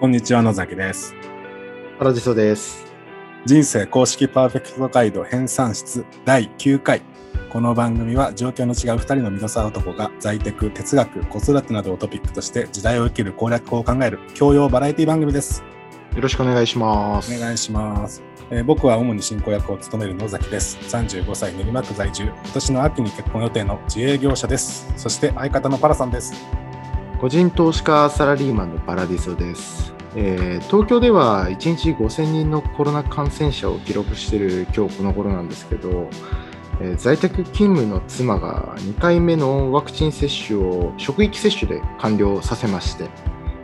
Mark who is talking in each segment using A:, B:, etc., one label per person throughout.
A: こんにちは野崎です
B: パラジソです。
A: 人生公式パーフェクトガイド編纂室第9回この番組は状況の違う2人のミドサ男が在宅哲学子育てなどをトピックとして時代を生きる攻略法を考える教養バラエティ番組です
B: よろしくお願いします。
A: お願いします、えー僕は主に進行役を務める野崎です35歳練馬区在住今年の秋に結婚予定の自営業者ですそして相方のパラさんです
B: 個人投資家サラリーマンのパラディソです。えー東京では1日5000人のコロナ感染者を記録している今日この頃なんですけど、えー在宅勤務の妻が2回目のワクチン接種を職域接種で完了させまして、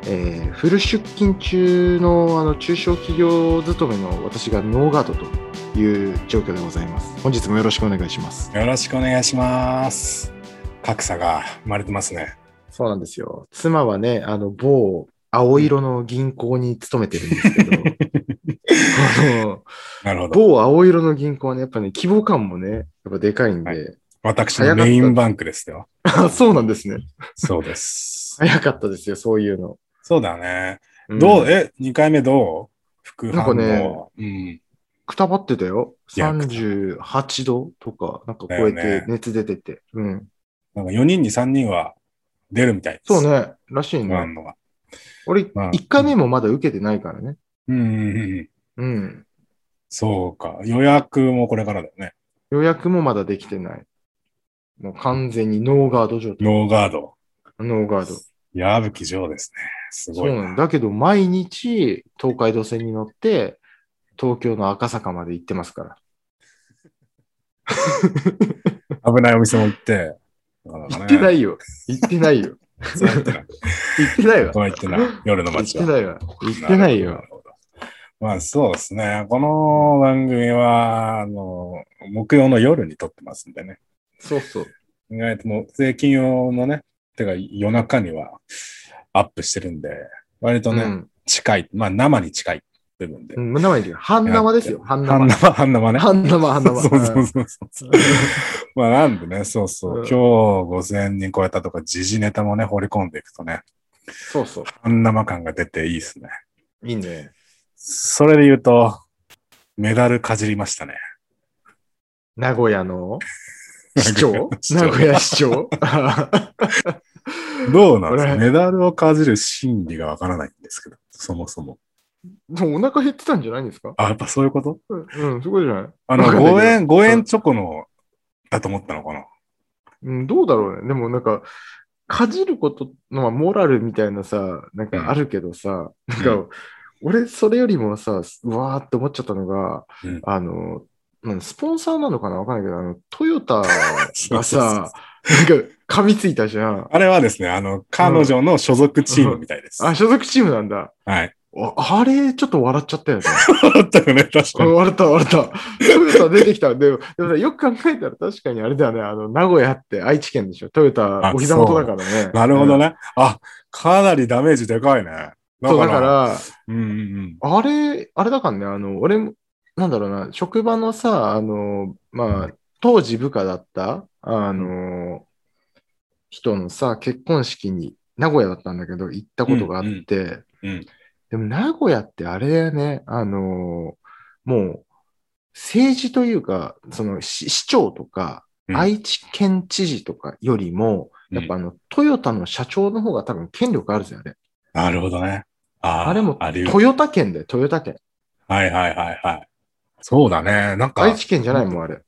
B: えーフル出勤中のあの中小企業勤めの私がノーガードという状況でございます。本日もよろしくお願いします。
A: よろしくお願いします格差が生まれてますね
B: そうなんですよ。妻はね、あの、某青色の銀行に勤めてるんですけど、あ の
A: なるほど
B: 某青色の銀行はね、やっぱね、規模感もね、やっぱでかいんで、
A: は私のメインバンクですよ
B: あ そうなんですね。
A: そうです。
B: 早かったですよ、そういうの。
A: そうだね。
B: ん
A: どう、え、2回目どう副反応。
B: なんか
A: うん。
B: くたばってたよ。
A: いや
B: 38度とか、なんか超え
A: だよね、
B: て熱出てて、うん。
A: なんか4人に3人は出るみたいです。
B: そう。ね、らしい
A: 副
B: ね。
A: 反応が。
B: 俺、
A: まあ
B: 1回目もまだ受けてないからね。
A: うんうんうん。
B: うん。
A: そうか。予約もこれからだよね。
B: 予約もまだできてない。もう完全にノーガード状態。
A: ノーガード。
B: ノーガード。
A: 矢吹城ですね。す
B: そ
A: ご
B: う
A: い
B: なん
A: な。
B: だけど、毎日、東海道線に乗って、東京の赤坂まで行ってますから。
A: 危ないお店も行って。行。
B: 行ってないいよ。行ってないよ。
A: そう言ってない。
B: 行ってないわ。
A: そう言ってない。夜の
B: 行っ
A: 街
B: て
A: は。
B: ないわ。行ってな
A: な
B: いよ
A: る。ほど。まあそうですね。この番組は、あの、木曜の夜に撮ってますんでね。
B: そうそう。
A: 意外ともう税金用のね、てか夜中にはアップしてるんで、割とね、
B: うん。
A: 近い、まあ生に近い部分で。
B: うん生で言うよ。半生ですよ。半
A: 半
B: 生。
A: 生、半生ね。
B: 半生、半生。
A: そうそうそうそう。まあなんでね、そうそう。
B: うん
A: 今日5000人超えたとか、時事ネタもね、掘り込んでいくとね、
B: そうそう。
A: 半生感が出ていいですね。
B: いいね。
A: それで言うと、メダルかじりましたね。
B: 名古屋の市長
A: 名
B: 名
A: 古
B: 古屋市長
A: どうなんですか
B: 俺
A: メダルをかじる心理がわからないんですけど、そもそも。
B: でもお腹減ってたんじゃないんですか
A: あ、やっぱそういうこと
B: うん、すごいじゃない
A: あの、
B: わかんないけど
A: 5円、5円チョコの、だと思ったのかな
B: うん、どうだろうね。でもなんか、かじることのはモラルみたいなさ、なんかあるけどさ、なん
A: う
B: か、俺それよりもさ、うわーって思っちゃったのが、
A: うん
B: あの、なんスポンサーなのかなわかんないけど、あの、トヨタ
A: そう
B: が
A: そうそう
B: さ、なんか噛みついたじゃん。
A: あれはですね、あの、彼女の所属チームみたいです。
B: あ、所属チームなんだ。
A: はい。
B: ああれ、ちょっと笑っちゃっ たよね。
A: だったよね、確か
B: うん
A: に。
B: 笑った、笑った。トヨタ出てきた。でも、でもさよく考えたら確かにあれだよね。あの、名古屋って愛知県でしょ。トヨタ、お膝元だからね。
A: なるほど
B: ね。
A: ね。あ、かなりダメージでかいね。だ
B: そう、だか、ら、
A: うんうん
B: あれ、あれだからね、あの、俺も、なんだろうな、職場のさ、あの、まあ、当時部下だった、あの、人のさ、結婚式に、名古屋だったんだけど、行ったことがあって、
A: うん。うん。
B: でも名古屋ってあれだよね、あの、もう、政治というか、その市市長と
A: う
B: か、
A: ん
B: 愛知県知事とかよりも、やっぱあの、トヨタの社長の方が多分権力あるじゃんね。
A: なるほどね。あー
B: あれも
A: あり
B: トヨタ県だよ、トヨタ県。
A: はいはいはいはい。そうだね。なんか、
B: 愛
A: い
B: 知県じゃないもん、あれ。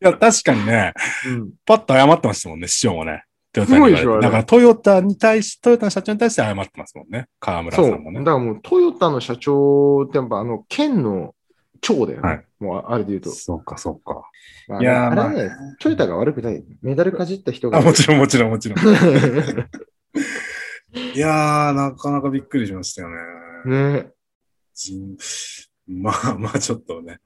A: や、確かにね、
B: うん。
A: パッと謝ってましたもんね、市長もね。トヨタ
B: す
A: に
B: ごい
A: 言
B: でしょ
A: わ
B: あ
A: れ
B: れ
A: てだからトヨタに対し、トヨタの社長に対して謝ってますもんね。河村さ
B: そ
A: ん
B: う。だ
A: もね。
B: からもうトヨタの社長ってやっぱあの県の長だよね。
A: はい
B: もうあれで言うと。
A: そうか、そうか。
B: ま
A: いやー
B: あれ
A: まあ
B: あれはね、トヨタが悪くない。メダルかじった人が。
A: あ、もちろん、もちろん、もちろん。
B: ろ
A: いやー、なかなかびっくりしましたよね。
B: ん。 ね。
A: じんまあまあ、ちょっとね、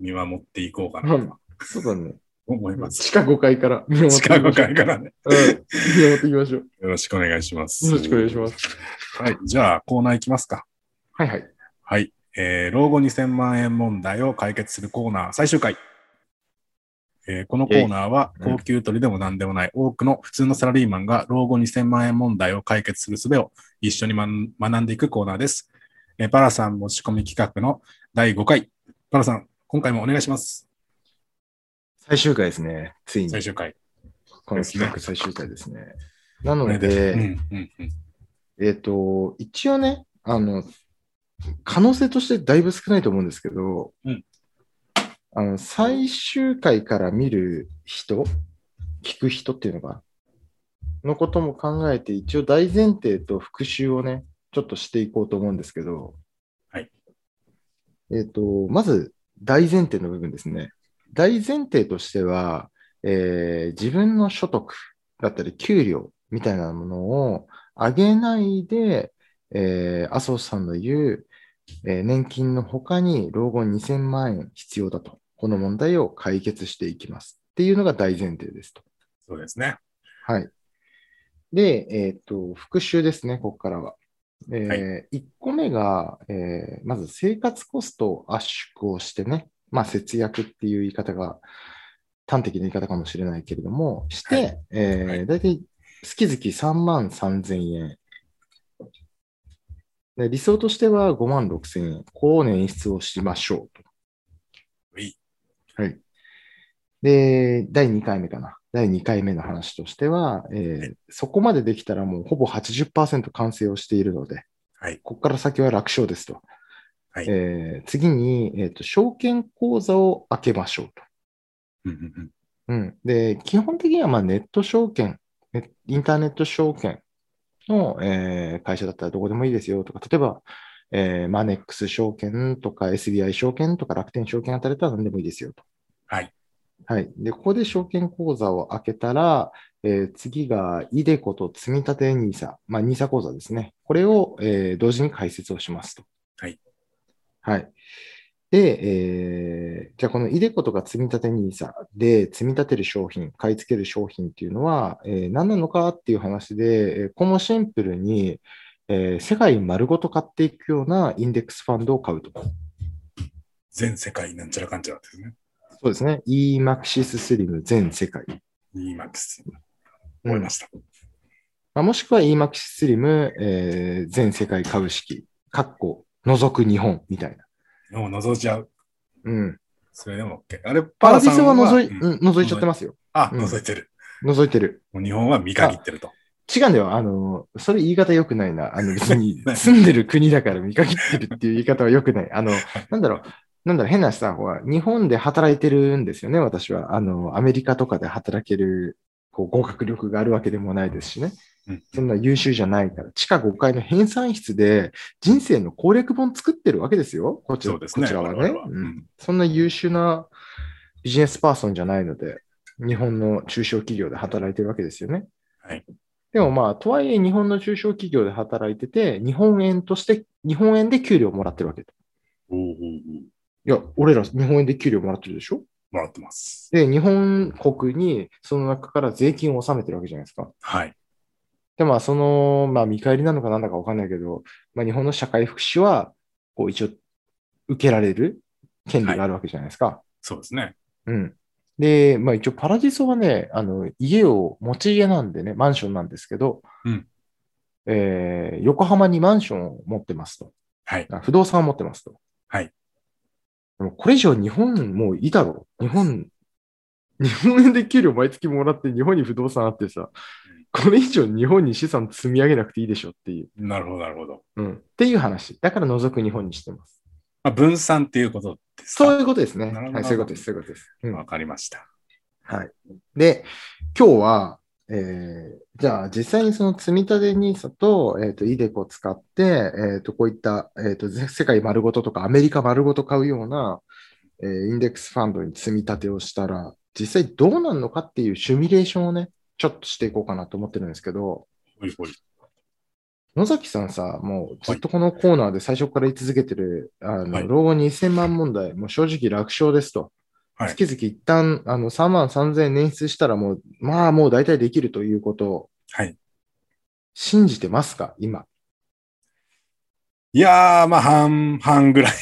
A: 見守っていこうかな
B: うん
A: と
B: そうだね。
A: 思います。
B: 地下5階から見守っていき
A: 近
B: ましょう
A: く会からね、
B: うん。見守っていきましょう。
A: よろしくお願いします。。
B: よろしくお願いしますす。
A: はい、じゃあコーナーいきますか。
B: はいはい。
A: はい、えー、老後2000万円問題を解決するコーナー最終回。えーこのコーナーは高給取りでも何でもない多くの普通のサラリーマンが老後2000万円問題を解決する術を一緒にまん学んでいくコーナーです。えーパラさん持ち込み企画の第5回。パラさん、今回もお願いします。
B: 最終回ですね。ついに
A: 最、終回。
B: この企
A: で
B: 画最終回ですね。な
A: こ
B: の
A: れ
B: で、
A: で。うんうんうん
B: えっ、と、一応ね、あの、可能性としてだいぶ少ないと思うんですけど、
A: うん
B: あの、最終回から見る人、聞く人っていうのが、のことも考えて、一応大前提と復習をね、ちょっとしていこうと思うんですけど、
A: はい。
B: えっ、と、まず、大前提の部分ですね。大前提としては、えー自分の所得だったり、給料みたいなものを、上げないで、えー麻生さんの言う、えー年金の他に老後2000万円必要だと、この問題を解決していきますっていうのが大前提ですと。
A: そうですね。
B: はい。で、えーっと、復習ですね、ここからは。えー
A: は
B: 1個目が、えーまず生活コストを圧縮をしてね、まあ、節約っていう言い方が、端的な言い方かもしれないけれども、して、
A: はい
B: えー
A: はい
B: 大体月々3万3000円。で理想としては5万6000円。こう捻出をしましょうと。
A: はい。
B: はい。で、第2回目かな。第2回目の話としては、えーそこまでできたらもうほぼ80%完成をしているので、
A: はい
B: ここから先は楽勝ですと。
A: はい
B: えー次に、えーと、証券口座を開けましょうと。
A: うんうんうん
B: うん、で基本的にはまあネット証券、ねインターネット証券の、えー会社だったらどこでもいいですよとか、例えば、えーマネックス証券とか SBI 証券とか楽天証券あたりだったら何でもいいですよと。
A: はい。
B: はい、でここで証券口座を開けたら、えー次が iDeCo と積立 NISA、まあ、NISA 口座ですね。これを、えー同時に開設をしますと。
A: はい。
B: はい。で、えーじゃあこの iDeCo とか積立 NISA で積み立てる商品、買い付ける商品っていうのは、えー何なのかっていう話で、えーこのシンプルに、えー世界丸ごと買っていくようなインデックスファンドを買うと。
A: 全世界なんちゃらかんちゃらですね。
B: そうですね。EMAXIS SLIM 全世界。
A: いいマックス。終えました。
B: まあ、もしくは EMAX SLIM、えー全世界株式、かっこ、除く日本みたいな。
A: もう覗いちゃう。
B: うん。
A: それでも OK。あれ、パ
B: パラ
A: ラ
B: ディ
A: さ
B: ス
A: ん
B: は
A: は
B: 覗い、
A: うん
B: うん、覗いちゃってますよ。
A: あ、
B: うん
A: 覗いてる。
B: 覗いてる。
A: もう日本は見限ってると。
B: 違うんだよ。あの、それ言い方良くないな。あの、別 に住んでる国だから見限ってるっていう言い方は良くない。あの、なんだろう。なんだろう、変なさ、ほら、日本で働いてるんですよね、私は。あの、アメリカとかで働ける、こう、合格力があるわけでもないですしね。
A: うん
B: そんな優秀じゃないから。地下5階の編纂室で人生の攻略本作ってるわけですよ。こちら
A: そうですね。
B: こちらは
A: 我
B: ね。
A: 々はう
B: うん
A: ん
B: そんな優秀なビジネスパーソンじゃないので、日本の中小企業で働いてるわけですよね。
A: はい。
B: でもまあ、とはいえ日本の中小企業で働いてて、日本円として、日本円で給料もらってるわけ。い
A: おーおーおー
B: や、俺ら日本円で給料もらってるでしょ
A: もらってます。
B: で、日本国にその中から税金を納めてるわけじゃないですか。
A: はい。
B: で、まあ、その、まあ、見返りなのかなんだかわかんないけど、まあ、日本の社会福祉は、こう、一応、受けられる権利があるわけじゃないですか。
A: そうですね。
B: うん。で、まあ一応パラディソはね、あの、家を、持ち家なんでね、マンションなんですけど、
A: うん
B: えー横浜にマンションを持ってますと。
A: はい。
B: あ不動産を持ってますと。
A: はい。
B: でもこれ以上日本もういいだろう。日本、日本円で給料毎月もらって日本に不動産あってさ、これ以上日本に資産積み上げなくていいでしょっていう、
A: なるほど、なるほど。
B: うん。っていう話。だから除く日本にしてます。
A: まあ、分散っていうことですか。
B: そういうことですね。
A: なるほど
B: はい、そういうことです。そういうことです。うん
A: わかりました。
B: はい。で、今日は、えーじゃあ実際にその積み立て NISA と、えっ、と、イデコを使って、えっ、と、こういった、えっ、と、ぜ世界丸ごととかアメリカ丸ごと買うような、えーインデックスファンドに積み立てをしたら、実際どうなるのかっていうシミュレーションをね、ちょっとしていこうかなと思ってるんですけど、
A: ほいほい。
B: 野崎さんさ、もうずっとこのコーナーで最初から言い続けてる、あ
A: はい
B: の、老後2000万問題、もう正直楽勝ですと。
A: はい
B: 月々一旦、あの、3万3000円捻出したらもう、まあもう大体できるということを
A: はい。
B: 信じてますか 今。
A: いやー、まあ、半々ぐらい。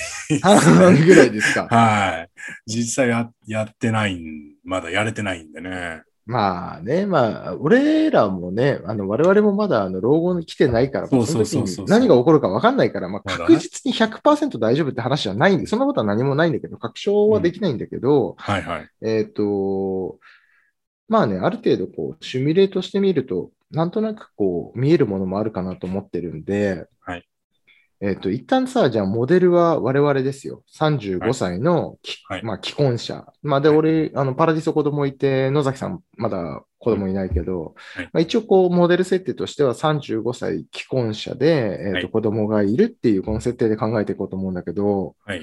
B: 半々ぐらいですか。
A: はい。実際ややってないんまだやれてないんでね。
B: まあね、まあ、俺らもね、あの我々もまだあの老後に来てないから、
A: そうそう
B: その時に
A: そうそうそう
B: 何が起こるか分かんないから、まあ、
A: そうだね
B: 確実に100%大丈夫って話じゃないんで、そんなことは何もないんだけど、確証はできないんだけど、
A: はいはい。
B: えっ、と、まあね、ある程度こう、シミュレートしてみると、なんとなくこう、見えるものもあるかなと思ってるんで、
A: はい
B: えっ、と、一旦さ、じゃあモデルは我々ですよ。35歳のき、
A: はい
B: まあ、既婚者。まあ、で、
A: はい
B: 俺、あの、パラディソ子供いて、野崎さんまだ子供いないけど、
A: はい
B: まあ、一応こう、モデル設定としては35歳既婚者で、えっ、
A: はい
B: と、子供がいるっていうこの設定で考えていこうと思うんだけど、
A: はい。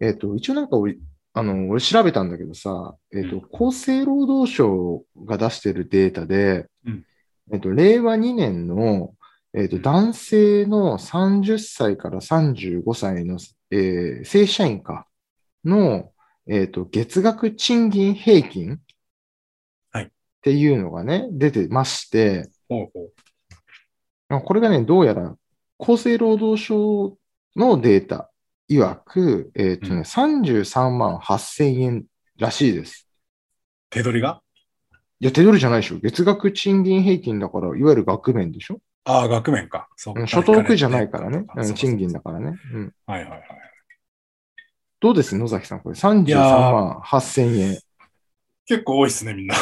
B: えっと、一応なんか俺、あの、俺調べたんだけどさ、えっと、厚生労働省が出してるデータで
A: うん、
B: えっと、令和2年の、えっと、
A: うん
B: 男性の30歳から35歳の、えー正社員か、の、えっと、月額賃金平均っ
A: はい
B: ていうのがね、出てまして、
A: ほうほう。
B: あこれがね、どうやら厚生労働省のデータ曰く、えっ、と
A: うん
B: ね、33万8000円らしいです。
A: 手取りが
B: いや、手取りじゃないでしょ。月額賃金平均だから、いわゆる額面でしょ。
A: ああ、額面か。そう
B: うん
A: か
B: 所得じゃないからね。うん
A: そうか
B: 賃金だからね。うん、
A: はいはいはい。
B: どうです野崎さん、これ33万8000円。
A: 結構多いですね、みんな。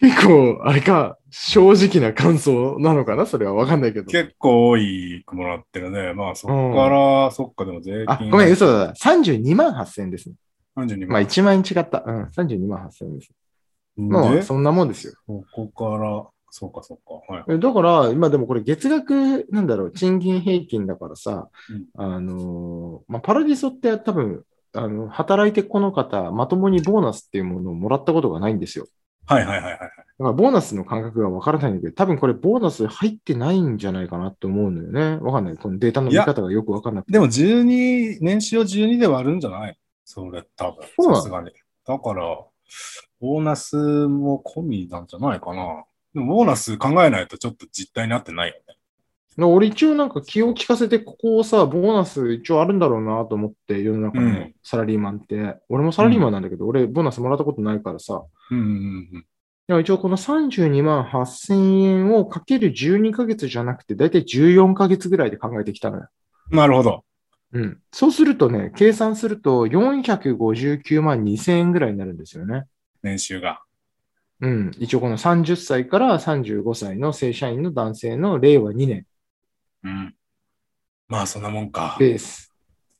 B: 結構、あれか、正直な感想なのかなそれはわかんないけど。
A: 結構多いくもらってるね。まあ、そっから、そっか、でも税
B: あ、
A: 金。
B: ごめん、嘘だ。32万8000円ですね。
A: 32
B: まあ、
A: 万。
B: 1万円違った。うん、32万8000円です。ま
A: で
B: あ、そんなもんですよ。
A: ここから、そうか、そうか。はい。
B: えだから、今でもこれ月額、なんだろう、賃金平均だからさ、
A: うん
B: あのーまあ、パラディソって多分、あの働いてこの方、まともにボーナスっていうものをもらったことがないんですよ。
A: はいはいはいはいはい。
B: だからボーナスの感覚がわからないんだけど、多分これボーナス入ってないんじゃないかなと思うのよね。わかんない。このデータの見方がよくわかんなくて。
A: でも、12、年収を12で割るんじゃないそれ、多分。
B: そうなの
A: さすがに。だから、ボーナスも込みなんじゃないかな。でも、ボーナス考えないとちょっと実態になってないよね。
B: で俺一応なんか気を利かせて、ここをさ、ボーナス一応あるんだろうなと思って、世の中
A: う
B: の
A: ん
B: サラリーマンって。俺もサラリーマンなんだけど、俺ボーナスもらったことないからさ、
A: うんうんうん。
B: でも一応この32万8000円をかける12ヶ月じゃなくて、だいたい14ヶ月ぐらいで考えてきたのよ。
A: なるほど。
B: うん。そうするとね、計算すると459万2000円ぐらいになるんですよね。
A: 年収が。
B: うん。一応この30歳から35歳の正社員の男性の令和2年
A: うん。まあ、そんなもんか。
B: ベース。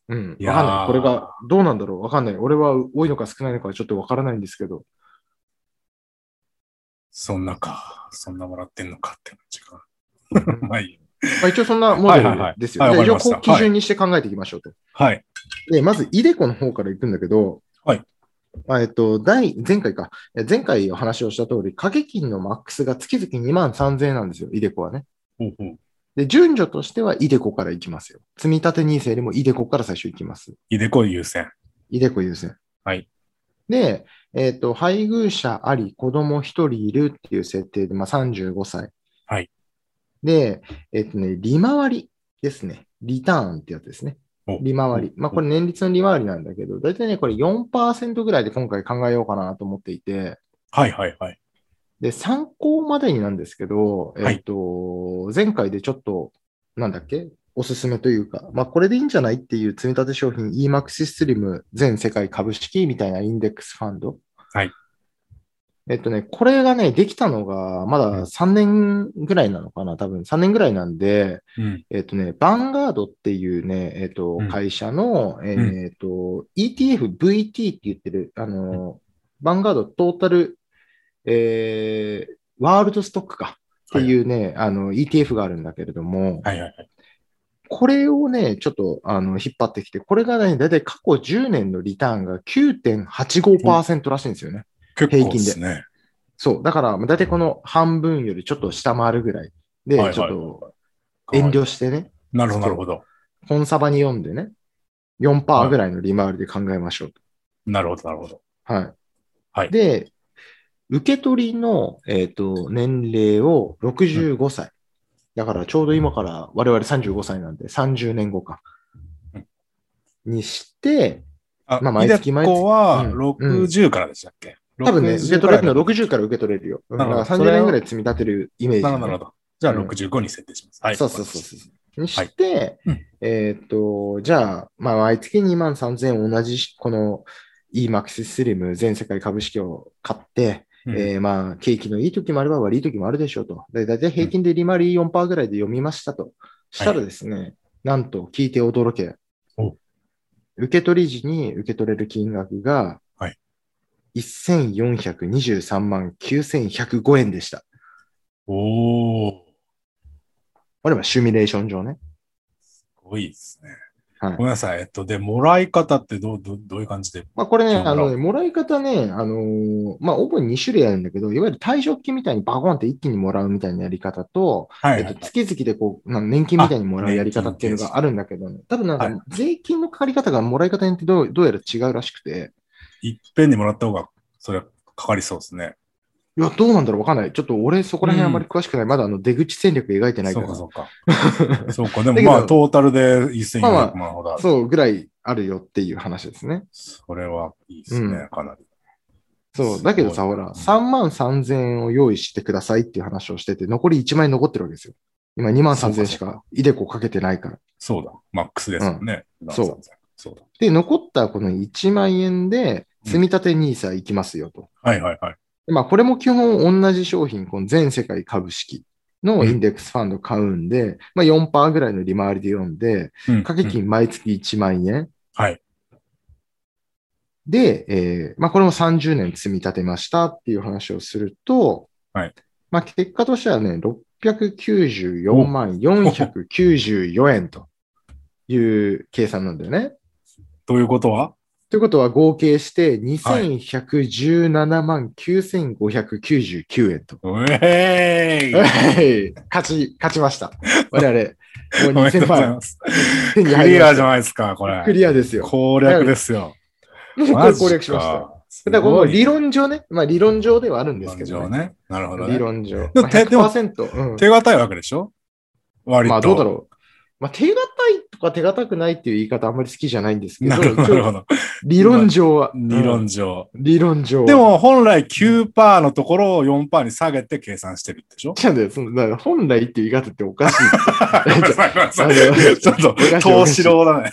B: うん。
A: いや
B: わ
A: ー
B: かんない。これがどうなんだろうわかんない。俺は多いのか少ないのかはちょっとわからないんですけ ど。
A: そんなか。そんなもらってんのかって感じか。
B: うん
A: まあいいよ。
B: まあ一応そんなモデルですよ。
A: はいはいはいはいわかり
B: で一応
A: ました
B: こう基準にして考えていきましょうと。
A: はい。
B: で、まず、イデコの方から行くんだけど、
A: はい。
B: まあ、えっと、第、前回か。え前回お話をした通り、掛け金のマックスが月々2万3000円なんですよ、イデコはね。
A: ほうほう。
B: で、順序としてはイデコから行きますよ。積み立て NISA よりもイデコから最初行きます。
A: いでこ優先。
B: イデコ優先。
A: はい。
B: で、えっと、配偶者あり、子供1人いるっていう設定で、まあ、35歳。
A: はい。
B: で、えっとね、利回りですね。リターンってやつですね。
A: お
B: 利回り。まあ、これ年率の利回りなんだけど、大体ね、これ4%ぐらいで今回考えようかなと思っていて、
A: はいはいはい。
B: で、参考までになんですけど、
A: はい
B: えっ、と、前回でちょっと、なんだっけおすすめというか、まあ、これでいいんじゃないっていう積み立て商品 EMAX システム全世界株式みたいなインデックスファンド。
A: はい。
B: えっとね、これがね、できたのが、まだ3年ぐらいなのかな、多分3年ぐらいなんで、
A: うん。
B: えっとね、バンガードっていうね、えっと
A: うん、
B: 会社の、え
A: ん
B: っと、ETF、VT って言ってる、あの、バンガードトータル、えーワールドストックかっていうね、あの、ETF があるんだけれども、
A: はいはいはい。
B: これをね、ちょっと、あの、引っ張ってきて、これがね、だいたい過去10年のリターンが9.85%らしいんですよね。
A: 結
B: 平
A: 構で
B: 均です
A: ね。
B: そう。だから、だいたいこの半分よりちょっと下回るぐらいで、
A: はいはい
B: ちょっと遠慮してね、
A: なるほどなるほど。
B: コンサバに読んでね、4%ぐらいの利回りで考えましょうと。
A: なるほどなるほど。
B: はい。
A: はい
B: で、受け取りの、えっと年齢を65歳。だからちょうど今から我々35歳なんで30年後か
A: うん。
B: にして、
A: あ、
B: ま
A: ま
B: あ
A: あ、
B: 毎月毎月
A: は
B: うん
A: 60からでしたっけ、
B: 多分ね、受け取れるの
A: 60
B: 60から受け取れるよ。うん
A: な
B: だ
A: る
B: か
A: ほど
B: ら30年ぐらい積み立てるイメージ。
A: なるほど、なるほど。じゃあ
B: うん
A: 65に設定します。はい。
B: そうそうそうそう。にして、
A: うん
B: えーっと、じゃあ、まあ、毎月2万3000同じし、この EMAX スリム全世界株式を買って、
A: うん。
B: えーまあ、景気のいい時もあれば悪い時もあるでしょうと。で、大体平均で利回り4%ぐらいで読みましたと。したらですね、なんと聞いて驚け
A: お。
B: 受け取り時に受け取れる金額が、
A: はい
B: 1423万9105円でした。
A: おー、す
B: これはシミュレーション上ね。
A: ごいですね。
B: はい
A: ごめんなさい。えっと、で、もらい方ってどう、どうどういう感じで
B: まあ、これね、
A: そうだ
B: あのね、もらい方ね、あのーまあ、主に2種類あるんだけど、いわゆる退職金みたいにバコンって一気にもらうみたいなやり方と、
A: はい、
B: えっと、月々でこう、なん年金みたいにもらうやり方っていうのがあるんだけど、多分なん
A: はい
B: か、税金のかかり方がもらい方によってどうどうやら違うらしくて、
A: いっぺんにもらった方が、それはかかりそうですね。
B: いや、どうなんだろうわかんない。ちょっと俺そこら辺あまり詳しくない。まだあの、出口戦略描いてない
A: そ
B: か
A: う
B: ら。
A: か、
B: そ
A: そううか。 そうか、で
B: だ
A: も
B: けど
A: まあ、トータルで1400
B: まあまあ
A: 万ほどある。
B: ぐらいあるよっていう話ですね。
A: それはいいですね、
B: う
A: かなり。
B: そう。だけど
A: す
B: さ、
A: ご
B: ほ
A: い
B: ら、3万3000円を用意してくださいっていう話をしてて、残り1万円残ってるわけですよ。今2万3000円し
A: そうか
B: かイデコかけてないから。
A: そうだ、マックスですよね。
B: んそう
A: う。そうだ。
B: で、残ったこの1万円で、積み立て NISA 行きますよと。
A: はいはいはい。
B: でまあ、これも基本同じ商品、この全世界株式のインデックスファンド買うんで、まあ、4%ぐらいの利回りで読んで、
A: うん
B: 掛け
A: うん
B: 金毎月1万円。
A: はい。
B: で、えーまあ、これも30年積み立てましたっていう話をすると、
A: はい
B: まあ、結果としてはね、694万494円という計算なんだよね。
A: ということは
B: ということは合計して2117万9599円と。
A: うえーい
B: はい 勝ち、勝ちました。我々、
A: お
B: もう
A: めでとう
B: 2000
A: ござい
B: 万
A: ます。
B: 手
A: ク
B: に入り
A: リ
B: ま
A: ア
B: し
A: じゃ
B: た。
A: ないですか、これ。
B: クリアですよ。
A: 攻略ですよ。
B: これ
A: マジか
B: 攻略しました。だからこの理論上ね、まあ理論上ではあるんですけ
A: 理
B: ど
A: 論上
B: ね。
A: ね。なるほど
B: 理
A: ね。
B: 論上。
A: でも
B: まあ
A: 手でも
B: 100%、うん
A: 手堅いわけでしょ割と。
B: まあどうだろう。まあ手堅いとか手堅くないっていう言い方あんまり好きじゃないんですけ
A: な
B: ど、
A: るほどなるほ
B: 一応
A: ど。
B: 理論上は。
A: 理
B: う
A: 論
B: ん
A: 上。
B: 理論上は。
A: でも本来9%のところを4%に下げて計算してるでし ょ
B: じゃあね、そのだから本来っていう言い方っておかしい。
A: ごめんなさいごめんなさい
B: あの
A: ちょっと
B: おかしいおか
A: 投
B: しい
A: 資郎だね。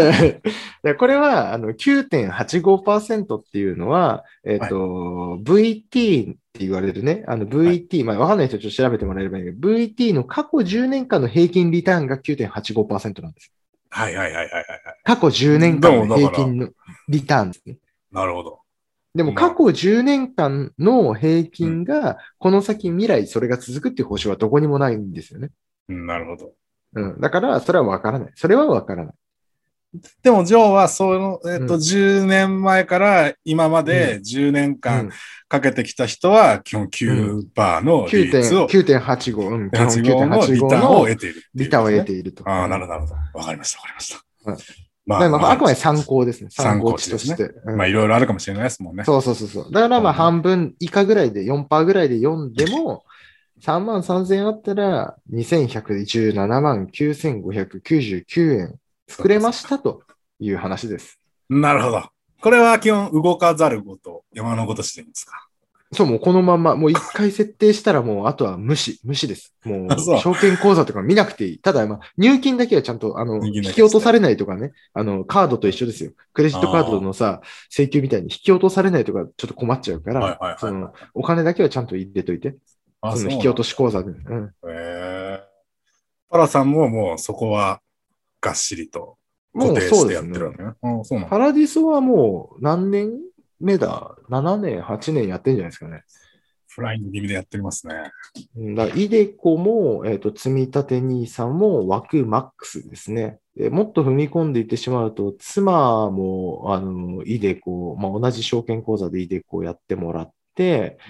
B: ゃあいやこれはあの9.85%っていうのは、えっと VT って言われるね、あの VT、まあ、わかんない人はちょっと調べてもらえればいいけど、VT の過去10年間の平均リターンが9.85%なんです。
A: はいはいはいはいはい。
B: 過去10年間の
A: でも
B: 平
A: だから
B: 均のリターンですね。
A: なるほど。
B: でも
A: まあ
B: 過去10年間の平均が、この先未来それが続くっていう保証はどこにもないんですよね。
A: うんなるほど。
B: うん、だから、それはわからない。それはわからない。
A: でも、ジョーは、その、えっ、と、
B: うん
A: 10年前から今まで10年間かけてきた人は、基本9%の利率を、
B: 9.85、うん、基
A: 85
B: 本
A: のリタ
B: 9.85
A: ーンを
B: の
A: 得ているってい
B: リ
A: う
B: ターンを
A: ことですね
B: 得ていると。
A: ああ、なるほ
B: ど。
A: ど、なるほど。わかりました、わかりました。
B: うん
A: ま
B: まあ、あくまで参考ですね。参
A: 参
B: 考
A: 考
B: 値
A: 値
B: と
A: です
B: し
A: ね
B: て。うん
A: まあ、いろいろあるかもしれないですもんね。
B: そうそうそうそう。だからまあ
A: うん
B: 半分以下ぐらいで、4%ぐらいで読んでも、3万3000円あったら、2117万9599円作れましたという話です。
A: なるほど。これは基本動かざるごと、山のごとしてるんですか。
B: そう、もうこのまんま、もう一回設定したらもう、あとは無視、無視です。も
A: あそう
B: う、証券口座とか見なくていい。ただ、まあ、入金だけはちゃんと、あの、
A: 入金だけ
B: 引
A: は
B: き落とされないとかね、あの、カードと一緒ですよ。クレジットカードのさ、請求みたいに引き落とされないとか、ちょっと困っちゃうから、
A: はいはいはい
B: その、お金だけはちゃんと入れといて、
A: あ
B: その引
A: う
B: き
A: なんだ
B: 落とし口座で。うん。
A: へえ。パラさんももうそこはがっしりと
B: も
A: 固
B: う
A: 定
B: そ
A: し
B: う
A: て
B: で
A: や
B: す
A: って
B: ね
A: る。わけね。あそうなんだ
B: パラディソはもう、何年目だ ?7 年、8年やってんじゃないですかね。
A: フライング気味でやってますね。
B: うんだからイデコも、えっ、と、積立 NISA も枠マックスですね。でもっと踏み込んでいってしまうと、妻も、あの、イデコ、まあ、同じ証券口座でイデコをやってもらって、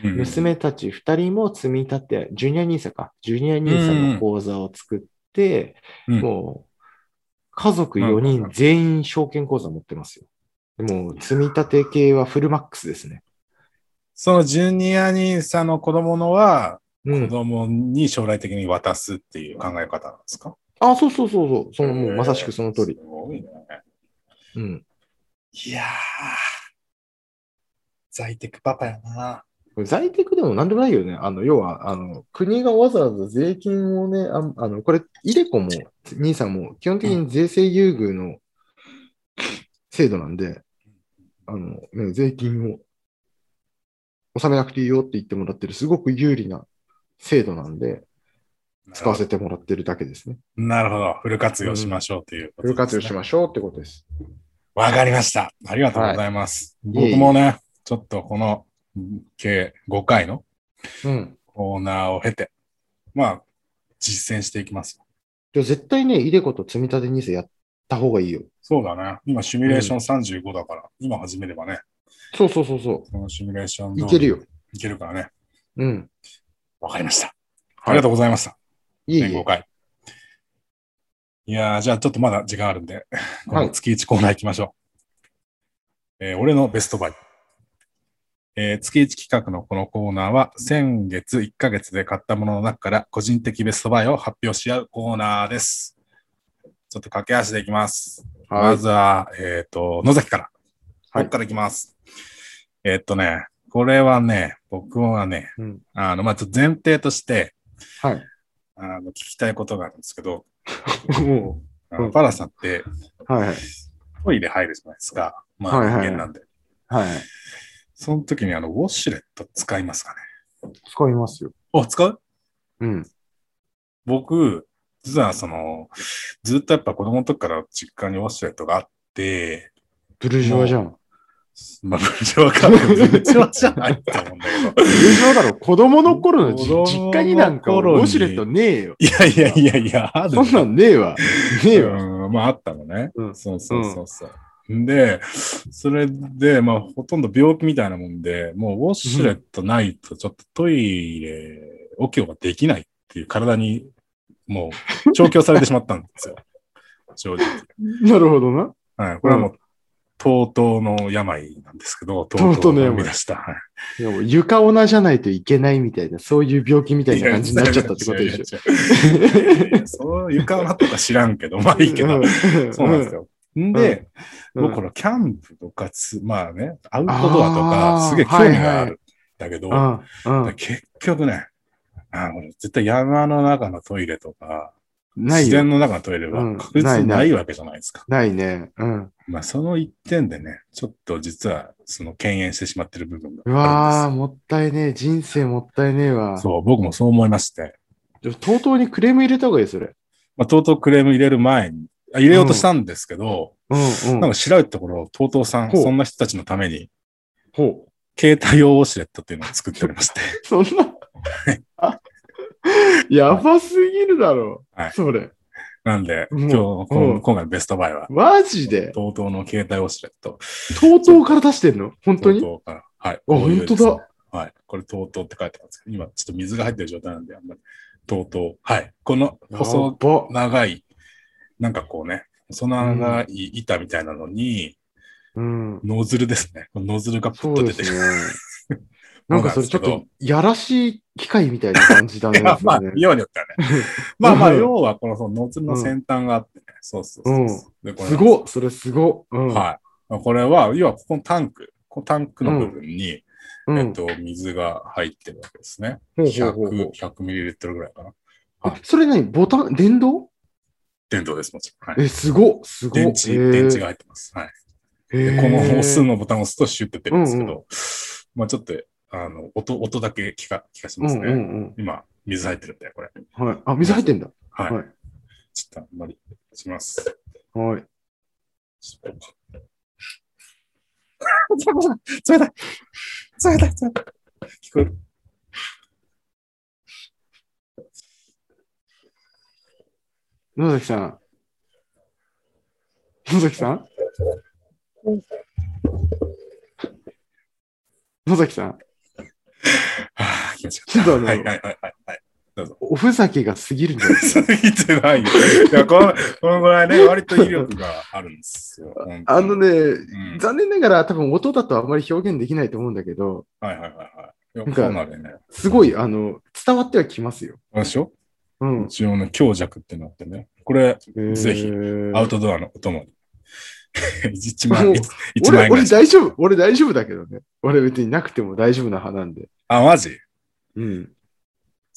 A: うん
B: 娘たち2人も積み立て、ジュニア NISA か、ジュニア NISA の口座を作って、
A: うん
B: もう、家族4人全員証券口座持ってますよ。でもう、積み立て系はフルマックスですね。
A: そのジュニアにさの子供のは
B: う
A: 子
B: ん。
A: 供に将来的に渡すっていう考え方なんですか、
B: あ、そうそうそうそう。その、もうまさしくその通り。
A: すごいね。
B: うん。
A: いやー、在宅パパやな。
B: これ在宅でもなんでもないよね。あの、要は、あの、国がわざわざ税金をね、ああの、これ、イデコも、兄さんも、基本的に税制優遇の制度なんで、あの、ね、税金を納めなくていいよって言ってもらってる、すごく有利な制度なんで、使わせてもらってるだけですね。
A: なるほど。フル活用しましょうということです
B: フ
A: ね、
B: ル活用しましょうってことです。
A: わかりました。ありがとうございます。
B: はいいえいえ
A: 僕もね、ちょっとこの計5回の
B: うん。
A: コーナーを経て、まあ、実践していきますよ。
B: じゃあ絶対ね、イデコと積み立て NISA やった方がいいよ。
A: そうだね。今、シミュレーション35だから、今始めればね、
B: そうそうそうそ
A: そのシミュレーション
B: う。
A: 通り
B: いけるよ。。
A: いけるからね。
B: うん。
A: わかりました。ありがとうございました。
B: いい
A: 全5回。いやー、じゃあちょっとまだ時間あるんで、こ
B: は
A: の
B: い
A: 月1コーナー行きましょう。えー俺のベストバイ。えー月1企画のこのコーナーは、先月1ヶ月で買ったものの中から個人的ベストバイを発表し合うコーナーです。ちょっと駆け足でいきます。
B: は
A: ま
B: い。
A: ずは、えっ、と、野崎から。
B: はい
A: こっからいきます。えっとね、これはね、僕はね、
B: うん
A: あの、まあ、ちょっと前提として、
B: はい。
A: あの、聞きたいことがあるんですけど、
B: も
A: あの
B: うん
A: パラさんって
B: うはいはい。
A: トイレ入るじゃないですか。まあ、
B: はいはいはい
A: 人間なんで。
B: はい。
A: その時にあの、ウォシュレット使いますかね。
B: 使いますよ。
A: お、使う
B: うん。
A: 僕、実はその、ずっとやっぱ子供の時から実家にウォシュレットがあって、
B: ブルジョワじゃん。
A: まあ、 無事わかんない。無事はじゃないと思うんだけど。
B: ブルジョワだろ。子供の頃のじ
A: 子供の
B: 実家になんかウ
A: 頃に
B: ォシュレットねえよ。
A: いやいやいやいや、ある
B: そんなんねえわ。ねえわ。
A: うん、まああったのね。
B: うん
A: そうそうそうそう。で、それで、まあ、ほとんど病気みたいなもんで、もうウォシュレットないと、ちょっとトイレ、おきょができないっていう体に、もう、調教されてしまったんですよ。正直。
B: なるほどな。
A: はい。これはもう、とうとうの病なんですけど、と
B: うとうの病
A: 生み出した。はい
B: いやもう床オナじゃないといけないみたいな、そういう病気みたいな感じになっちゃったってことでしょ。
A: ょ。いやいやいやそう、床はとか知らんけど、まあいいけど。
B: ん
A: そうなんですよ。んで、
B: うん
A: 僕このキャンプとかつ、まあね、アウトドアとか
B: あー、
A: すげえ興味があるんだけど、
B: うんうん
A: 結局ね、あの絶対山の中のトイレとか、
B: ない
A: 自然
B: よ。
A: の中のトイレ
B: う
A: は
B: ん
A: 確実
B: ない
A: に
B: ない
A: ないわけじゃないですか。
B: ないね。うん。
A: まあその一点でね、ちょっと実はその敬遠してしまってる部分が
B: う
A: あ
B: わ
A: る
B: ー、
A: んで
B: もったいねえ。人生もったいねえわ
A: す。。そう、僕もそう思いまして、
B: ちょとうとうにクレーム入れた方がいいよ、それ。
A: まあ、とうとうクレーム入れる前に、あ入れようとしたんですけど、
B: うんう
A: なん
B: ん。
A: か調べたところ、とうとうさん、
B: ほう
A: そんな人たちのために、
B: ほう。
A: 携帯用ウォシュレットっていうのを作っておりまして。
B: そんな。やばすぎるだろ。
A: はい
B: それ。
A: なんで、
B: うん
A: 今日、こ
B: うん
A: ん今回のベストバイは、
B: マジで。
A: とうとうの携帯ウォシュレット。
B: とうとうから出してんの本当に
A: TOTO からはい。あ
B: 本当だ。
A: はい。これ、とうとうって書いてあるんですけど、今、ちょっと水が入ってる状態なんで、あんまり、とうとう。はい。この、
B: や
A: 細
B: ば
A: 長い、なんかこうね、細長い板みたいなのに、
B: うん。
A: ノズルですね。このノズルがプ
B: そ
A: ッと
B: うで
A: 出て
B: す
A: く
B: ね
A: る。。
B: なんかそれちょっと、やらしい機械みたいな感じだね。
A: い やまあ
B: それ、ね
A: 要によってはね。 まあまあ、
B: うん
A: 要は、この、そのノズルの先端があってね。そうそうそうそう。でこれ
B: すごっそれすごっうん。
A: はい。これは、要はここのタンク、このタンクの部分に、
B: うん
A: えっと、水が入ってるわけですね。
B: ほうほうほうほう
A: 100、100ミリリットルぐらいかな。はい
B: えそれ何ボタン、電動
A: 電動です、もちろん。はい、
B: え、すごっすごっ
A: 電池、電池が。入ってます。はい。
B: へ
A: で
B: ー
A: この押す。のボタンを押すとシュッて出るんですけど、
B: うんう
A: まあちょっと、あの、音、音だけ聞か、聞かし
B: う
A: ま
B: ん
A: す
B: う
A: ね。
B: ん
A: 今、水入ってるんで、これ。
B: うん。はい。あ、水入ってんだ。
A: はい。
B: はい
A: ちょっとあんまりします。
B: はい。
A: ちょっと冷たい冷たい冷たい聞こえる
B: 野崎さん。野崎さん野崎さん。
A: はあ、気持ちよ
B: ちょっと
A: かっ
B: あの
A: た。はいはいはいはいはい。
B: おふざけが過ぎるんじゃない
A: ついてないよ。いや、この、このぐらいね、割と威力があるんですよ。
B: あの
A: ね、
B: ね、
A: ん
B: 残念ながら多分音だとあんまり表現できないと思うんだけど、
A: はいはいはいはい。いや
B: なんか
A: コーナーでね。
B: すごい、あの、伝わってはきますよ。
A: あれでしょ
B: うん。
A: 一応ね、強弱ってなってね。これ、ぜひ
B: えー
A: アウトドアのお供に 1万円、
B: も
A: 1万
B: 俺、
A: 円ぐら
B: 俺
A: い。
B: 大丈夫、俺大丈夫だけどね。俺別になくても大丈夫な派なんで。
A: あ、マジ
B: うん。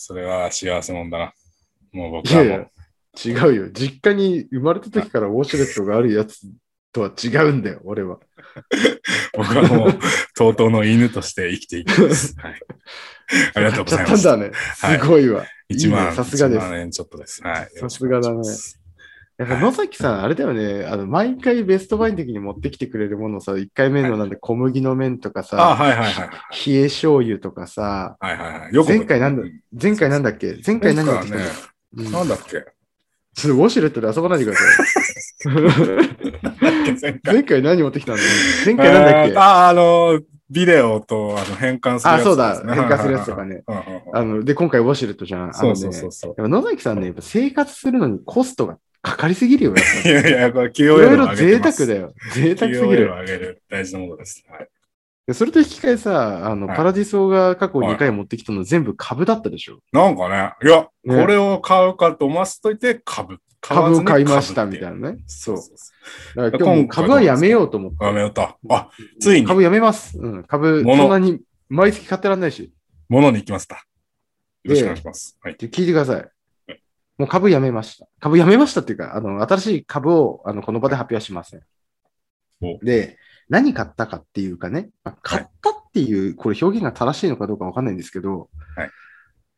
A: それは幸せもんだな。もう
B: い
A: 僕は
B: や
A: も
B: いうや、違うよ。実家に生まれた時からウォシュレットがあるやつとは違うんだよ、俺は。
A: 僕はもう、とうとうの犬として生きていき ます。はい。ありがとうござい
B: 買
A: ま
B: っち
A: す
B: ゃ。ったんだね。
A: はい
B: すごいわ。
A: 1
B: いい
A: 万、
B: ねさすがです
A: 1万円ちょっとです。はい。
B: さすがだ
A: よ
B: ね
A: ろし
B: やっぱ野崎さん、あれだよね。あの、毎回ベストバインの時に持ってきてくれるものをさ、1回目のなんで小麦の麺とか
A: くお願いしますあ、
B: さ、
A: はいはいはい。
B: 冷え醤油とかさ、
A: はいはいはい。よく
B: 前回なんだ前回なんだっけ前回何持ってきた
A: ね
B: の、うん
A: なんだっけ
B: ちょっとウォシュレットで遊ばないでくだ さい。
A: 前回。
B: 前回何持ってきたんだ前回なんだっ
A: え
B: け
A: ーあ、あの、ビデオとあの変換するやつ、
B: あ、そうだ。変化するやつとかね。
A: はいはいはい。うんうんうん
B: あの、で、今回ウォシュレットじゃん。
A: そうそうそ
B: あの
A: う
B: ね
A: そう。
B: やっぱ野崎さんね、やっぱ生活するのにコストがかかりすぎるよ。 やっ
A: い
B: ぱ
A: やいや、これ
B: い
A: QOL
B: ろい
A: を
B: ろ
A: 上
B: 贅
A: げてま
B: 沢
A: す
B: だよ。贅沢すぎ
A: QOL
B: る。
A: を上げる大事なものです。はい。
B: でそれと引き換えさ、あの、
A: はい
B: パラディソーが過去
A: はい
B: 2回持ってきたの全部株だったでしょ。
A: なんかね、いや、
B: ね
A: これを買うかと思わせといて株。
B: 株を買いましたみた
A: な。
B: いなね。
A: そう
B: そ
A: そうそう
B: だから今日もう株はやめようと思って。
A: やめようと。あ、ついに
B: 株やめます。うん。株、
A: 物
B: そんなに毎月買ってらんないし。
A: 物に行きますか。よろしくお願いします。はい。
B: で聞いてください。もう株やめました。株やめましたっていうか、あの、新しい株をあのこの場で発表はしません
A: お。
B: で、何買ったかっていうかね、まあ買ったっていう、これ表現が正しいのかどうかわかんないんですけど、
A: はい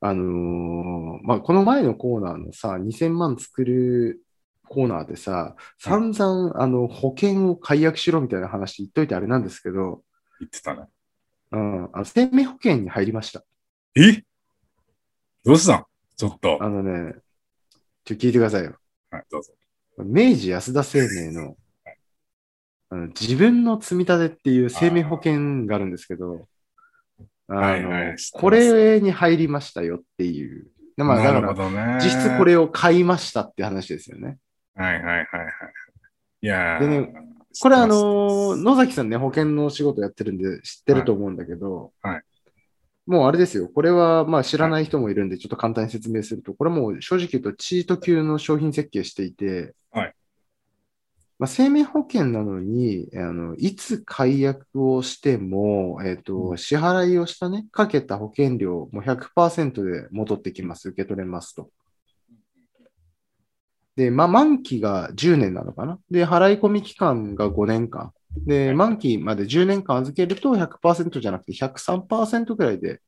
B: あのーまあ、この前のコーナーのさ、2000万作るコーナーでさ、散々、あの、保険を解約しろみたいな話言っといてあれなんですけど、
A: 言ってたね。
B: うん、あの生命保険に入りました。
A: えどうしたんちょっと。
B: あのね、ちょっと聞いてくださいよ。
A: はい、どうぞ。
B: 明治安田生命のあの自分の積み立てっていう生命保険があるんですけど、あの
A: はいはい知ってます
B: これに入りましたよっていう。まあ、だ
A: な
B: か
A: るほ
B: ら、
A: どね。
B: 実質こ。れを買いましたって話ですよね。
A: はいはいはいはい。いやー
B: でね、これ、あの、野崎さんね、保険のお仕事やってるんで知ってると思うんだけど、
A: はいはい
B: もうあれですよ、これはまあ知らない人もいるんで、ちょっと簡単に説明すると、これもう正直言うと、チート級の商品設計していて、
A: はい
B: まあ、生命保険なのにあの、いつ解約をしても、えっと
A: う
B: 支払いをしたね、かけた保険料、もう100%で戻ってきます、受け取れますと。で、まあ、満期が10年なのかな。で、払い込み期間が5年間。で、満期まで10年間預けると100%じゃなくて103%くらいで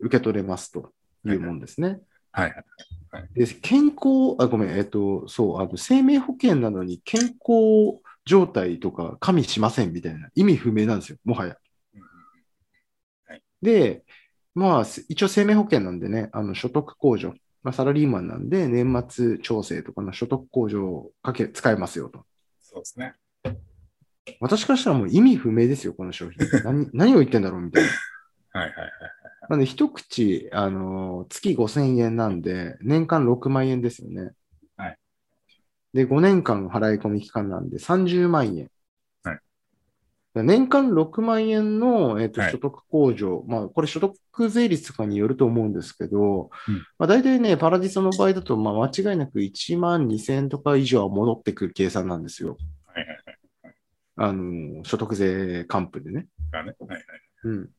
B: 受け取れますというもんですね。
A: はいはい。
B: で、健康、あ、ごめん、えっと、そう、あの生命保険なのに健康状態とか加味しませんみたいな意味不明なんですよ、もはや。で、まあ、す一応生命保険なんでね、あの所得控除、まあ、サラリーマンなんで、年末調整とかの所得控除をかけ使えますよと。
A: そうですね。
B: 私からしたらもう意味不明ですよ、この商 品。何何を言ってんだろうみたいな。
A: はいはいはい。
B: なんで、一口、あの月5000円なんで、年間6万円ですよね。
A: はい。
B: で、5年間払い込み期間なんで30万円。
A: はい
B: だ。年間6万円の、えっと
A: はい
B: 所得控除、まあ、これ所得税率とかによると思うんですけど、
A: うん
B: まあ、大体ね、パラディソの場合だと、まあ、間違いなく1万2000円とか以上は戻ってくる計算なんですよ。
A: はいはいはい。
B: あの所得税還付でね。
A: だね。はいはい。
B: うん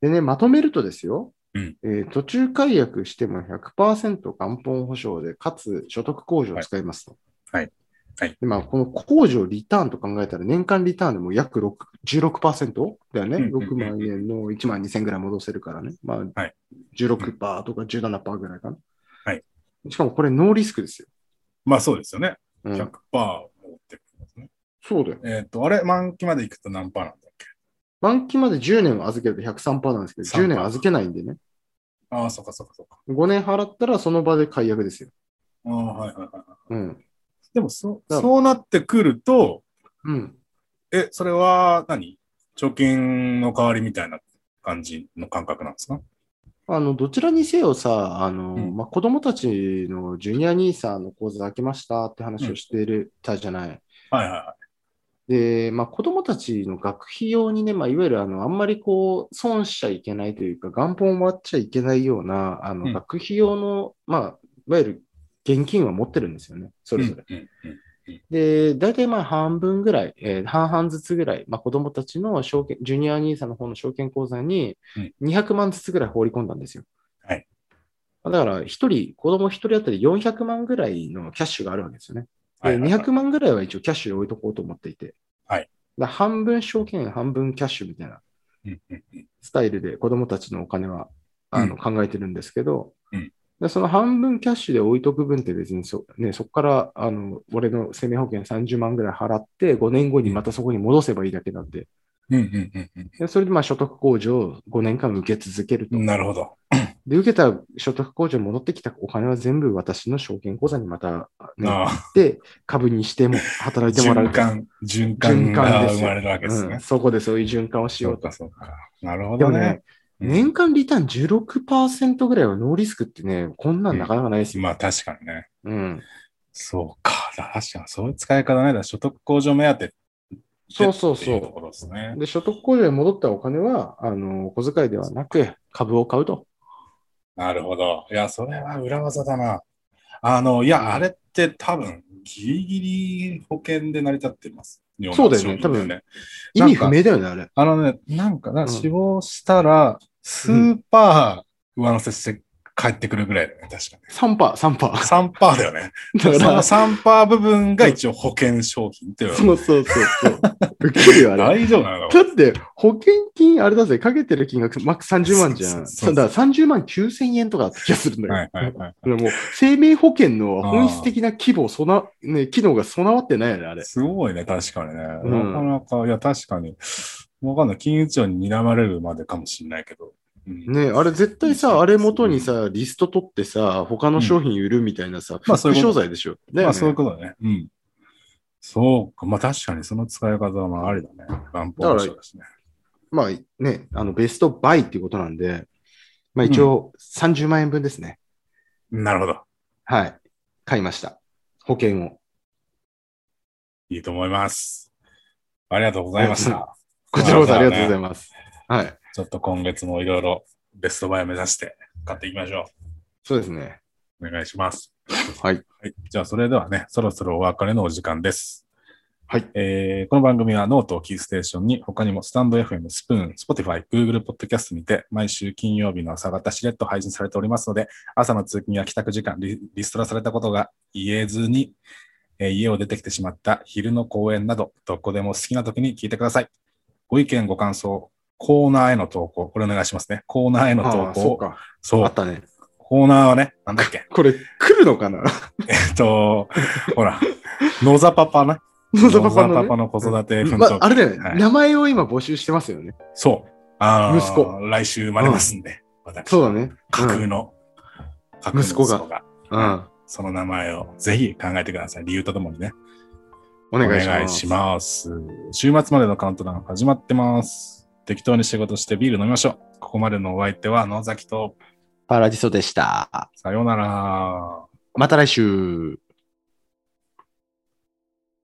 B: でね、まとめるとですよ、
A: うん
B: えー途中解約しても100%元本保証で、かつ所得控除を使いますと。
A: はいはいはい
B: でまあ、この控除リターンと考えたら、年間リターンでも約6 16%だよね、
A: うんうんうん
B: 6万円の1万2000ぐらい戻せるからね、まあ
A: はい
B: 16%とか17%ぐらいかな。
A: はい
B: しかもこれ、ノーリスクですよ。
A: まあそうですよね。
B: うん
A: 100%持ってくるんですね。
B: そうだよ。
A: えっと、あれ、満期まで行くと何パーなんだっけ
B: 満期まで10年預けると103%なんですけど、10年
A: 3%
B: 預けないんでね、
A: ああ、そうかそうかそうか。
B: 5年払ったらその場で解約ですよ。
A: ああ、はいはいはい。
B: うん。
A: でもそ、
B: だから
A: そうなってくると、
B: うん。
A: え、それは何貯金の代わりみたいな感じの感覚なんですか
B: あの、どちらにせよさ、あの、
A: うん
B: まあ、子供たちのジュニア兄さんの講座開けましたって話をしてる、たじゃない。
A: はいはいは
B: で、まあ、子供たちの学費用にね、まあ、いわゆるあの、あんまりこう、損しちゃいけないというか、元本を割っちゃいけないような、あの、
A: うん
B: 学費用の、まあ、いわゆる現金は持ってるんですよね、そ
A: い。
B: れぞれ。
A: うんうんうん
B: で、大体まあ半分ぐらい、えー半々ずつぐらい、まあ、子供たちの証券、ジュニア兄さんの方の証券口座に
A: うん
B: 200万ずつぐらい放り込んだんですよ。
A: はい。
B: だから、一人、子供一人当たり400万ぐらいのキャッシュがあるわけですよね。
A: は
B: で
A: いはいはい
B: 200万ぐらいは一応キャッシュで置いとこうと思っていて。
A: はい
B: だから半分証券、半分キャッシュみたいな
A: うんうんうん
B: スタイルで子供たちのお金はあ
A: う
B: の考えてるんですけど、
A: うん
B: でその半分キャッシュで置いとく分って別にそ,、ね、そこからあの俺の生命保険30万ぐらい払って5年後にまたそこに戻せばいいだけなんで、
A: うんうんうんうん
B: でそれでまあ所得控除を5年間受け続けると。
A: なるほど。
B: で、受けた所得控除戻ってきたお金は全部私の証券口座にまた、ね、行
A: あ
B: っ
A: あ
B: て株にしても働いてもらう
A: 循
B: と。
A: 環、循環
B: 循環
A: が
B: です
A: 生
B: よ
A: まれるわけです
B: う
A: ね
B: ん、。そこでそういう循環をし
A: そう
B: ようと。
A: か、そうか。なるほ
B: で
A: ど
B: もね
A: ね。うん
B: 年間リターン16%ぐらいはノーリスクってね、こんなんなかなかないですよ。
A: まあ確かにね。
B: うん。
A: そうか。確かに、そういう使い方ね。だから所得控除目当てって
B: そうそう
A: っていと
B: そ
A: ころですね
B: う。。で、所得控除に戻ったお金は、あの、小遣いではなく、株を買うと。
A: なるほど。いや、それは裏技だな。あの、いや、あれって多分、ギリギリ保険で成り立ってます。
B: そうだよね
A: 日本の商品は
B: 意味不明だよね、あれ。
A: あのね、なんかな、
B: うん
A: 死亡したら、スーパー上乗せして帰ってくるぐらいだよね、確 かね。
B: 3%、3%。
A: 3%パーだよね。
B: だから、そ
A: その3%パー部分が一応保険商品っていうのは
B: うそうそう そう。受けるよ、あれ。
A: 大丈夫なのか
B: だって、保険金、あれだぜ、かけてる金額、マックス30万じゃん。
A: そうそうそう
B: だから30万9000円とかだった気がするんだよ。
A: はいはいはい。
B: でも、生命保険の本質的な規模、そな、ね、機能が備わってないよね、あれ。
A: すごいね、確かにね。
B: うん
A: なかなか、いや、確かに。わかんない。金融庁に睨まれるまでかもしれないけど。うん
B: ねあれ絶対
A: そう
B: さ、あれ元にさ、リスト取ってさ、他の商品売るみたいなさ、
A: まあそういうこと
B: 商材でしょ。だよね
A: まあ、そういうことだね。うん。そうか。まあ、確かにその使い方はありだね。元本保証ですね。
B: まあね、あのベストバイっていうことなんで、まあ一応30万円分ですね。
A: なるほど。
B: はい。買いました。保険を。
A: いいと思います。ありがとうございまし
B: うん
A: た。
B: こちらこそ
A: ま
B: あ
A: あ
B: り
A: そうだね
B: がとうございます。はい。
A: ちょっと今月もいろいろベストバイを目指して買っていきましょ
B: そうですね。
A: う。お願いします。
B: はい。
A: はい。じゃあ、それではね、そろそろお別れのお時間です。
B: はい。
A: えーこの番組はノートをキーステーションに他にもスタンド FM、スプーン、Spotify、Google ポッドキャストにて毎週金曜日の朝方しれっと配信されておりますので朝の通勤や帰宅時間リリストラされたことが言えずに、えー家を出てきてしまった昼の公演などどこでも好きな時に聞いてください。ご意見、ご感想、コーナーへの投稿、これお願いしますね。コーナーへの
B: あ
A: 投
B: あ、そう
A: 稿。
B: か。
A: そう
B: あったね。
A: コーナーはね、なんだっけ
B: これ来るのかな
A: えっと、ほら、野ザパパね。
B: 野沢パパの
A: 野沢
B: ね
A: 子育て奮
B: ま
A: 闘
B: あ、あれだよね、
A: はい
B: 名前を今募集してますよね。
A: そう。あー
B: 息子。
A: 来週生まれますんで、私。
B: そうだね。
A: 架空の、架空の
B: 息子がうん。うん
A: その名前をぜひ考えてください。理由とともにね。
B: お願いします。
A: ます。週末までのカウントダウン始まってます。適当に仕事してビール飲みましょう。ここまでのお相手は野崎と、
B: パラディソでした。
A: さようなら。
B: また来週。